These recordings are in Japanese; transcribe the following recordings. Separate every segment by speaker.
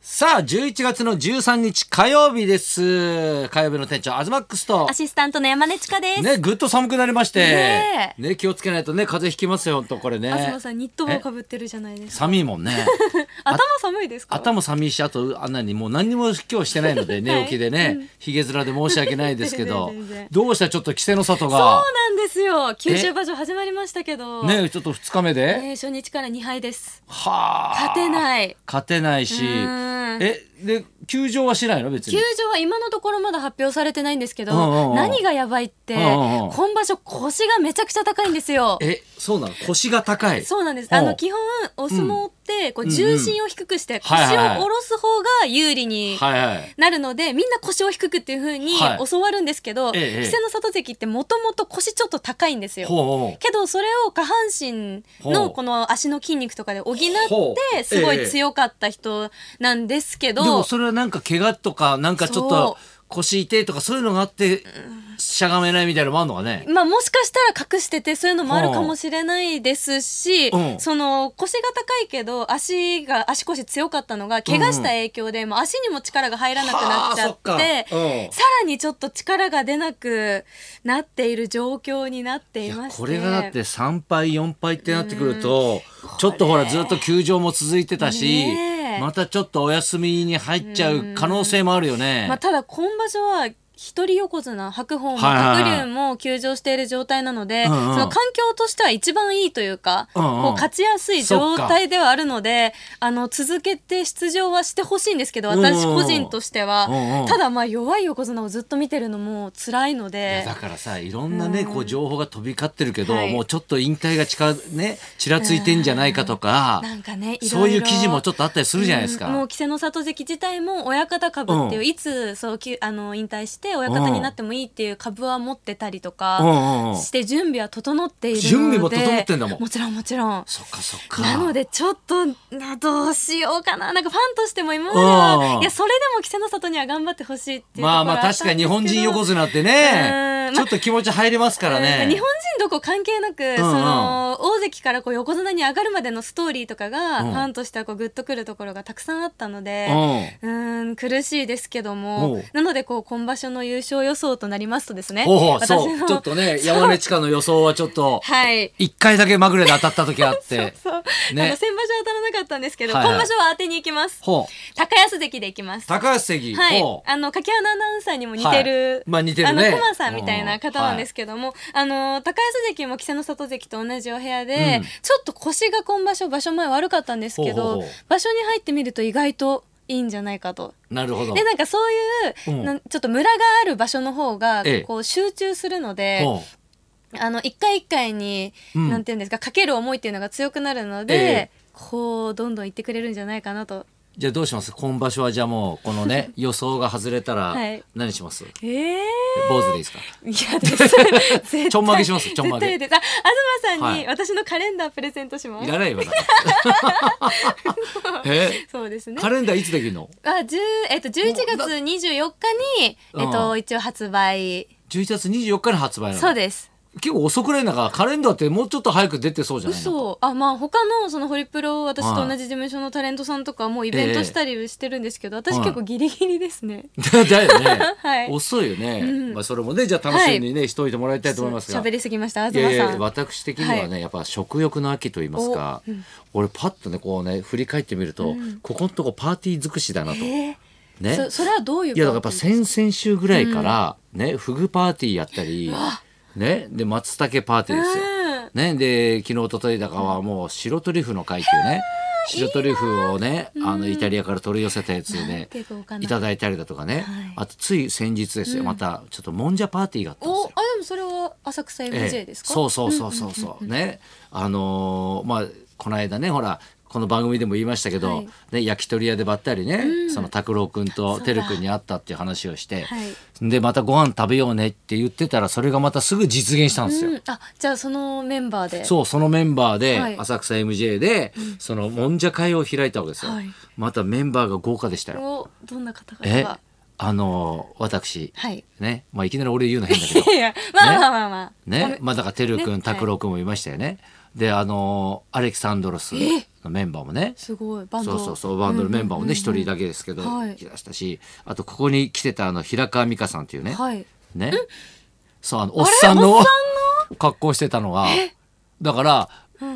Speaker 1: さあ、11月の13日火曜日です。火曜日の店長、アズマックスと
Speaker 2: ア。シスタントの山根千佳です。
Speaker 1: ね、ぐっと寒くなりまして
Speaker 2: ね。
Speaker 1: ね、気をつけないとね、風邪ひきますよ、ほんと、これ
Speaker 2: 東
Speaker 1: ね。
Speaker 2: さんニット帽かぶってるじゃないですか。
Speaker 1: 寒いもんね。
Speaker 2: 頭寒いですか。
Speaker 1: 頭寒いし、あと、あんなにもう何にも今日してないので、寝起きでね、ひげ面で申し訳ないですけど
Speaker 2: 全然全然、
Speaker 1: どうしたちょっと規制の外
Speaker 2: そう
Speaker 1: が、
Speaker 2: なんですよ。九州場所始まりましたけど。ね
Speaker 1: ね、ちょっと2日目で、
Speaker 2: え初日から2敗です。
Speaker 1: はあ、
Speaker 2: 勝てない。
Speaker 1: 勝てないし、
Speaker 2: うん
Speaker 1: え、で、休場はしないの別
Speaker 2: 球
Speaker 1: に。
Speaker 2: 場は今のところまだ発表されてないんですけど、
Speaker 1: うんうんうん
Speaker 2: 何がやばいって、
Speaker 1: うんうんうん
Speaker 2: 今場所腰がめちゃくちゃ高いんですよ。
Speaker 1: え、そうなの腰が高い。
Speaker 2: そうなんです。
Speaker 1: ほう
Speaker 2: あの基本お相撲ってこう重心を低くして
Speaker 1: はいは
Speaker 2: 腰
Speaker 1: いはい
Speaker 2: を下ろす方が有利に
Speaker 1: はいはい。
Speaker 2: なるのでみんな腰を低くっていう風に
Speaker 1: はい
Speaker 2: 教わるんですけど、稀
Speaker 1: ええ
Speaker 2: 勢の里関ってもともと腰ちょっと高いんですよ。
Speaker 1: ほうほう。
Speaker 2: けどそれを下半身
Speaker 1: ほ
Speaker 2: の
Speaker 1: う
Speaker 2: この足の筋肉とかで補っ
Speaker 1: ほう
Speaker 2: てすごい強かった人なんですけど、
Speaker 1: でもそれはなんか怪我とかなんかちょっと
Speaker 2: そ
Speaker 1: 腰痛いとかそういうのがあってしゃがめないみたいなのもあるのかね。
Speaker 2: まあもしかしたら隠しててそういうのもあるかもしれないですし、
Speaker 1: うんうん
Speaker 2: その腰が高いけど足が足腰強かったのが怪我した影響で、もう足にも力が入らなくなっちゃ
Speaker 1: はあそ
Speaker 2: って、
Speaker 1: っかうん
Speaker 2: さらにちょっと力が出なくなっている状況になって
Speaker 1: い
Speaker 2: いま
Speaker 1: や
Speaker 2: して
Speaker 1: これがだって3敗4敗ってなってくるとちょっとほらずっと休場も続いてたし
Speaker 2: ねえ
Speaker 1: またちょっとお休みに入っちゃう可能性もあるよ
Speaker 2: まあ、
Speaker 1: ね。
Speaker 2: ただ今場所は一人横綱白鵬も
Speaker 1: はいはいはい
Speaker 2: 鶴竜も休場している状態なので、
Speaker 1: うんうん
Speaker 2: その環境としては一番いいというか、
Speaker 1: うんうん
Speaker 2: こう勝ちやすい状態ではあるのであの続けて出場はしてほしいんですけど
Speaker 1: うんうん
Speaker 2: 私個人としては、
Speaker 1: うんうん
Speaker 2: ただまあ弱い横綱をずっと見てるのも辛いの
Speaker 1: い
Speaker 2: で
Speaker 1: やだからさいろんなねこう情報が飛び交ってるけど
Speaker 2: はい
Speaker 1: もうちょっと引退が近うねちらついてんじゃないかとか
Speaker 2: なんかねいろいろ
Speaker 1: そういう記事もちょっとあったりするじゃないです
Speaker 2: うんもう
Speaker 1: か。
Speaker 2: 稀勢の里関自体も親方株っていう、
Speaker 1: うん
Speaker 2: いつそうきあの引退して親方になってもいいっていう株は持ってたりとか、
Speaker 1: うんうんうん
Speaker 2: して準備は整っているので
Speaker 1: 準備も整ってんだもん
Speaker 2: もちろんもちろん
Speaker 1: そっかそっか。
Speaker 2: なのでちょっとなどうしようかななんかファンとしても今までは
Speaker 1: うん
Speaker 2: いやそれでも稀勢の里には頑張ってほしいっていう
Speaker 1: まあまあ確かに日本人横綱ってね
Speaker 2: う、ん
Speaker 1: ちょっと気持ち入りますか
Speaker 2: から
Speaker 1: ね。
Speaker 2: 日本人どこ関係なく、
Speaker 1: ん
Speaker 2: その大関からこう横綱に上がるまでのストーリーとかが、
Speaker 1: うん
Speaker 2: ファンとしてはこうグッとくるところがたくさんあったので、
Speaker 1: う
Speaker 2: うーん苦しいですけど
Speaker 1: おう
Speaker 2: もなのでこう今場所の優勝予想となりますとですね
Speaker 1: ん。ほうほう、
Speaker 2: 私
Speaker 1: そう。
Speaker 2: の
Speaker 1: ちょっと ね、山根地下の予想はちょっと、
Speaker 2: はい
Speaker 1: 一回だけまぐれで当たった時があって。
Speaker 2: そう、
Speaker 1: ね
Speaker 2: あの先場所は当たらなかったんですけど、
Speaker 1: はいはい
Speaker 2: 今場所は当てに行きます
Speaker 1: ほう。
Speaker 2: 高安関で行きます
Speaker 1: 高橋関。
Speaker 2: はい
Speaker 1: ほう。
Speaker 2: あの柿花アナウンサーにも似てる、
Speaker 1: はいまあ似てるね
Speaker 2: あの駒さんみたいな方なんですけども、あの高安関も稀勢の里関と同じお部屋で、
Speaker 1: うん
Speaker 2: ちょっと腰が今場所場所前悪かったんですけど
Speaker 1: ほうほうほう
Speaker 2: 場所に入ってみると意外といいんじゃないかと
Speaker 1: なるほど。
Speaker 2: でなんかそういう、
Speaker 1: うん
Speaker 2: なんちょっとムラがある場所の方が
Speaker 1: ええ
Speaker 2: こう集中するので、
Speaker 1: ほう
Speaker 2: あの一回一回に、
Speaker 1: うん
Speaker 2: なんていうんですかかける思いっていうのが強くなるので、
Speaker 1: ええ
Speaker 2: こうどんどんいってくれるんじゃないかなと。
Speaker 1: じゃあどうします今場所はじゃあもう、この ね、予想が外れたら
Speaker 2: はい、
Speaker 1: 何します
Speaker 2: ええ
Speaker 1: 坊主でいいですか
Speaker 2: 嫌です。絶対
Speaker 1: ちょんまげしますちょんまげ
Speaker 2: 絶対ですあ、東さん
Speaker 1: はい
Speaker 2: に私のカレンダープレゼントしま
Speaker 1: い
Speaker 2: す。
Speaker 1: らないよ、今から え
Speaker 2: そうですね
Speaker 1: カ。レンダーいつできるの
Speaker 2: あ、十えっと十一月二十四日に
Speaker 1: うん
Speaker 2: えっと一応発売。
Speaker 1: ?11 月24日に発売なの。
Speaker 2: そうです。
Speaker 1: 結構遅くないんだからカレンダーってもうちょっと早く出てそうじゃないの
Speaker 2: 嘘あまあ他のそのホリプロ私と同じ事務所のタレントさんとかもうイベントしたりしてるんですけど、私結構ギリギリですね。
Speaker 1: だだよね、
Speaker 2: はい
Speaker 1: 遅いよね、
Speaker 2: ん
Speaker 1: まあ、それもねじゃあ楽しみにね、しておいてもらいたいと思いますが
Speaker 2: 喋りすぎました。
Speaker 1: いや
Speaker 2: 東
Speaker 1: い
Speaker 2: さ
Speaker 1: や
Speaker 2: ん。
Speaker 1: 私的にはね、やっぱ食欲の秋と言いますか、俺パッとねこうね振り返ってみると、ここのとこパーティー尽くしだなと、
Speaker 2: えー、そ
Speaker 1: ね
Speaker 2: それはどういう
Speaker 1: いやだからやっ
Speaker 2: パ
Speaker 1: ぱ
Speaker 2: ーティー
Speaker 1: 先々週ぐらいからね、フグパーティーやったり、ねで松茸パーティーですよ、
Speaker 2: うん
Speaker 1: ね、で昨日おとといだかはもう白トリュフの会っていうね白トリュフをねあのイタリアから取り寄せたやつを
Speaker 2: なん
Speaker 1: ね
Speaker 2: て豪華ない
Speaker 1: ただいたりだとかね、
Speaker 2: はい
Speaker 1: あとつい先日ですよ、またちょっともんじゃパーティーがあったんです
Speaker 2: おあ
Speaker 1: よ
Speaker 2: で。もそれは浅草
Speaker 1: え
Speaker 2: MJ
Speaker 1: え
Speaker 2: ですか、
Speaker 1: そうそうそうそうそう、ねあのーまあこの間ねほらこの番組でも言いましたけど、
Speaker 2: はい
Speaker 1: ね、焼き鳥屋でばったりね、その拓郎君と
Speaker 2: そうだ
Speaker 1: てる君に会ったっていう話をして、
Speaker 2: はい
Speaker 1: でまたご飯食べようねって言ってたらそれがまたすぐ実現したんですよ。
Speaker 2: うん、あじゃあそのメンバーで
Speaker 1: そう、そのメンバー
Speaker 2: は
Speaker 1: で、
Speaker 2: い
Speaker 1: 浅草 MJ で、その、もんじゃ会を開いたわけですよ
Speaker 2: はい。
Speaker 1: またメンバーが豪華でしたよ。
Speaker 2: おどんな方々
Speaker 1: え
Speaker 2: が、
Speaker 1: あの、私、
Speaker 2: はい
Speaker 1: ね、まあ、いきなり俺言うの変だ けど、
Speaker 2: いやまあまあまあまあ、
Speaker 1: ね、まあ、だから、てるくん、
Speaker 2: ね
Speaker 1: 拓郎くんもいましたよね。で、あの、アレキサンドロス
Speaker 2: え、
Speaker 1: メンバーもね
Speaker 2: すごいバン
Speaker 1: そ
Speaker 2: ド
Speaker 1: うそうそうバンドのメンバーもね一、人だ
Speaker 2: け
Speaker 1: けですけど、
Speaker 2: はい
Speaker 1: いらしたしあとここに来てたあの平川美香さんっていうね、
Speaker 2: はい
Speaker 1: ねそうあのおっさんの
Speaker 2: おっさ
Speaker 1: 格好してたのがだから、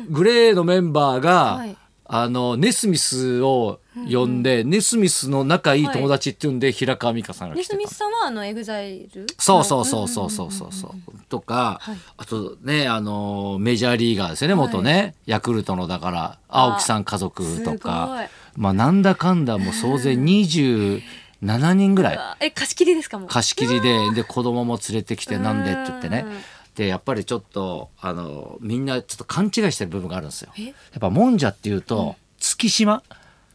Speaker 1: グレーのメンバーが、
Speaker 2: はい
Speaker 1: あのネスミスを呼んで、ネスミスの仲いい友達っていうんで、平川美香さんが来て
Speaker 2: 西
Speaker 1: た
Speaker 2: 見さんはあのエグザイル
Speaker 1: そうそうそうそうそうそうそうとか、
Speaker 2: はい
Speaker 1: あとねあのメジャーリーガーですよね元ね、ヤクルトのだから
Speaker 2: あ
Speaker 1: 青木さん家族と
Speaker 2: すごい
Speaker 1: かまあなんだかんだもう総勢27人ぐらい
Speaker 2: え貸し切りですかもう
Speaker 1: 貸し切りでで子供も連れてきてなんでって言ってね
Speaker 2: うん
Speaker 1: でやっぱりちょっとあのみんなちょっと勘違いしてる部分があるんですよ。
Speaker 2: え
Speaker 1: やっぱもんじゃっていうと、月島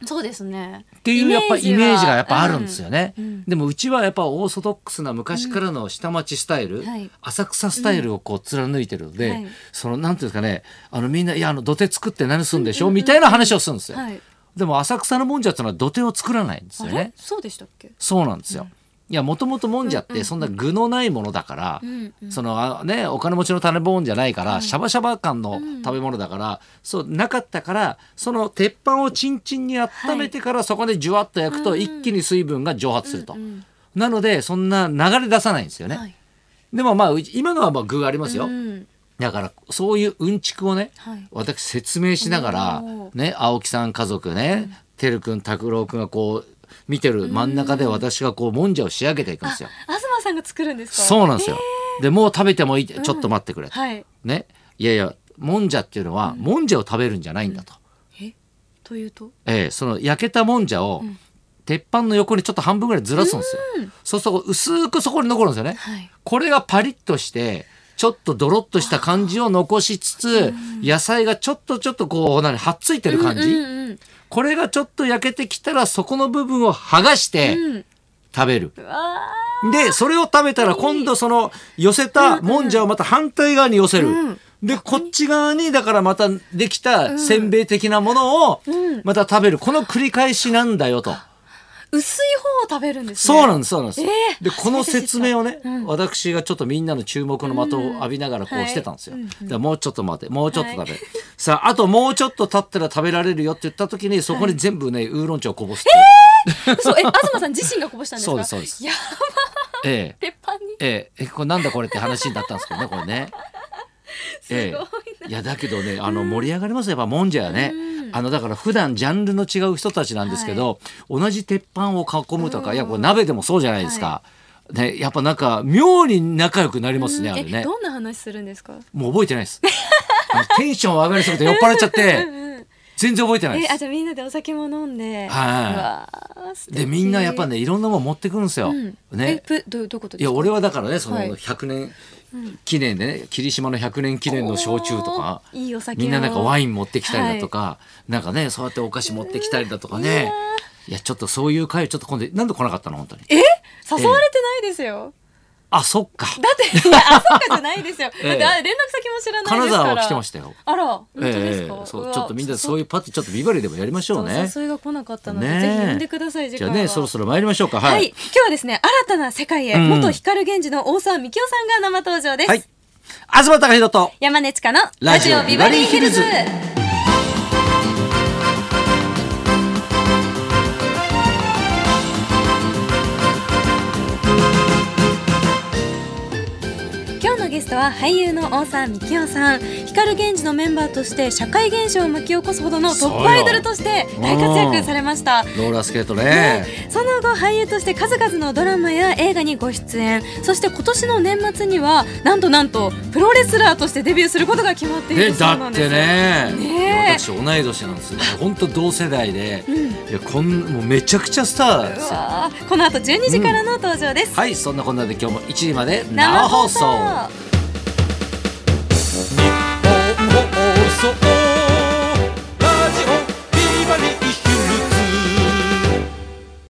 Speaker 2: そうですねっ
Speaker 1: っていうやっぱイメージがやっぱあるんですよね、
Speaker 2: うんうん
Speaker 1: でもうちはやっぱオーソドックスな昔からの下町スタイル、
Speaker 2: んはい
Speaker 1: 浅草スタイルをこう貫いてるので、
Speaker 2: はい
Speaker 1: そのなんていうんですかねあのみんないやあの土手作って何するんでしょ、みたいな話をするんですよ、
Speaker 2: はい
Speaker 1: でも浅草のもんじゃっていうのは土手を作らないんです
Speaker 2: あ
Speaker 1: よ
Speaker 2: れ
Speaker 1: ね
Speaker 2: そうでしたっけ
Speaker 1: そうなんですよ、いやもともともんじゃってそんな具のないものだから、
Speaker 2: んう
Speaker 1: そのあねお金持ちの種もんじゃないから、シャバシャバ感の食べ物だから、そうなかったからその鉄板をチンチンに温めてからそこでジュワッと焼くと、一気に水分が蒸発すると、なのでそんな流れ出さないんですよね、
Speaker 2: はい
Speaker 1: でもまあうち今のはまあ具がありますよ、
Speaker 2: うん
Speaker 1: だからそういううんちくをね、
Speaker 2: はい
Speaker 1: 私説明しながら
Speaker 2: お、ー
Speaker 1: ね、青木さん家族ね、てるくん拓郎くんがこう見てる真ん中で私がこうもんじゃを仕上げていくんですよ。
Speaker 2: 東さんが作るんですか
Speaker 1: そうなんですよ。でもう食べてもいいってちょっと待ってくれと、
Speaker 2: はい
Speaker 1: ねいやいやもんじゃっていうのは、もんじゃを食べるんじゃないんだと、
Speaker 2: えというと
Speaker 1: ええその焼けたもんじゃを、鉄板の横にちょっと半分ぐらいずらすんですよ。そうすると薄くそこに残るんですよね。
Speaker 2: はい
Speaker 1: これがパリッとしてちょっとドロッとした感じを残しつつ、野菜がちょっとちょっとこう何はっついてる感じ、
Speaker 2: うんうんうん
Speaker 1: これがちょっと焼けてきたらそこの部分を剥がして
Speaker 2: うん
Speaker 1: 食べる、
Speaker 2: うわ
Speaker 1: でそれを食べたら今度その寄せたもんじゃをまた反対側に寄せる、
Speaker 2: うん
Speaker 1: でこっち側にだからまたできたせんべい的なものを
Speaker 2: うん
Speaker 1: また食べるこの繰り返しなんだよと。
Speaker 2: ー薄い方を食べるんですね
Speaker 1: そうなんんです、そうなんです。
Speaker 2: えー
Speaker 1: で、この説明をね、
Speaker 2: うん
Speaker 1: 私がちょっとみんなの注目の的を浴びながらこうしてたんですよ。
Speaker 2: うんはい
Speaker 1: でもうちょっと待て、もうちょっと食べ。さあ、あともうちょっと経ったら食べられるよって言った時に、そこに全部ね、ウーロン茶をこぼすっていう。
Speaker 2: そうえ東さん自身がこぼしたんですか
Speaker 1: そうですそうです
Speaker 2: いや
Speaker 1: え
Speaker 2: 鉄板に
Speaker 1: ええええ、これなんだこれって話になったんですけどね、これね。え
Speaker 2: す
Speaker 1: え、いやだけどねあの盛り上がりますよやっぱもんじゃやね、
Speaker 2: うん
Speaker 1: あのだから普段ジャンルの違う人たちなんですけど、同じ鉄板を囲むとか、いやこれ鍋でもそうじゃないですか、ね、やっぱなんか妙に仲良くなりますね、あれ
Speaker 2: え
Speaker 1: ね
Speaker 2: どんな話するんですか
Speaker 1: もう覚えてないです あのテンション上がりすぎて酔っ払っちゃって全然覚えてない
Speaker 2: え
Speaker 1: で
Speaker 2: あ
Speaker 1: す
Speaker 2: じゃあみんなでお酒も飲ん
Speaker 1: は
Speaker 2: で
Speaker 1: いう
Speaker 2: わー素敵
Speaker 1: でみんなやっぱねいろんなもん持ってくるんですよ、
Speaker 2: うんえ
Speaker 1: ね
Speaker 2: ぷどうどういうこ
Speaker 1: い
Speaker 2: とです
Speaker 1: や
Speaker 2: か
Speaker 1: 俺はだからねその
Speaker 2: はい
Speaker 1: 100年記念でね、霧島の100年記念の焼酎とか
Speaker 2: おーいいお酒を
Speaker 1: みんななんかワイン持ってきたりだとか、なんかねそうやってお菓子持ってきたりだとかねいやちょっとそういう会ちょっと今度なんで来なかったの本当に
Speaker 2: 誘われてないですよ
Speaker 1: あそっか
Speaker 2: だっていやあそうかじゃないですよ、
Speaker 1: ええ
Speaker 2: だってあ連絡先も知らないで
Speaker 1: 金
Speaker 2: すから
Speaker 1: 沢は来てましたよ
Speaker 2: あら本当
Speaker 1: え
Speaker 2: ですか、
Speaker 1: えそうちょっとみんなでそう
Speaker 2: い
Speaker 1: いうパッてちょっとビバリーでもやりましょうね
Speaker 2: 誘いが来なかったので、
Speaker 1: ねえ
Speaker 2: ぜひ呼んでください次
Speaker 1: じゃ
Speaker 2: 回
Speaker 1: あ
Speaker 2: は
Speaker 1: ねそろそろ参りましょうか
Speaker 2: は、
Speaker 1: はいい、
Speaker 2: 今日はですね新たな世界へ、
Speaker 1: うん
Speaker 2: 元光源氏の大沢幹雄さんが生登場です、
Speaker 1: はい、東貴博と
Speaker 2: 山根千佳の
Speaker 1: ラジオビバリーヒルズ
Speaker 2: 今日のゲストは俳優の大沢幹雄さん光源氏のメンバーとして社会現象を巻き起こすほどのトップアイドルとして大活躍されました
Speaker 1: ローラースケートね
Speaker 2: その後俳優として数々のドラマや映画にご出演そして今年の年末にはなんとなんとプロレスラーとしてデビューすることが決まってい
Speaker 1: ね、
Speaker 2: るそう
Speaker 1: だ
Speaker 2: なん
Speaker 1: っ
Speaker 2: で
Speaker 1: て
Speaker 2: す
Speaker 1: ね
Speaker 2: ねえ
Speaker 1: 私同い年なん ですよ本当同世代で、
Speaker 2: ん
Speaker 1: いやこんもうめちゃくちゃスターなんで
Speaker 2: う
Speaker 1: すよ
Speaker 2: わーこの後12時からの登場です、
Speaker 1: はいそんなこんなで今日も1時まで
Speaker 2: 生
Speaker 1: 生
Speaker 2: 放
Speaker 1: 放
Speaker 2: 送
Speaker 1: 送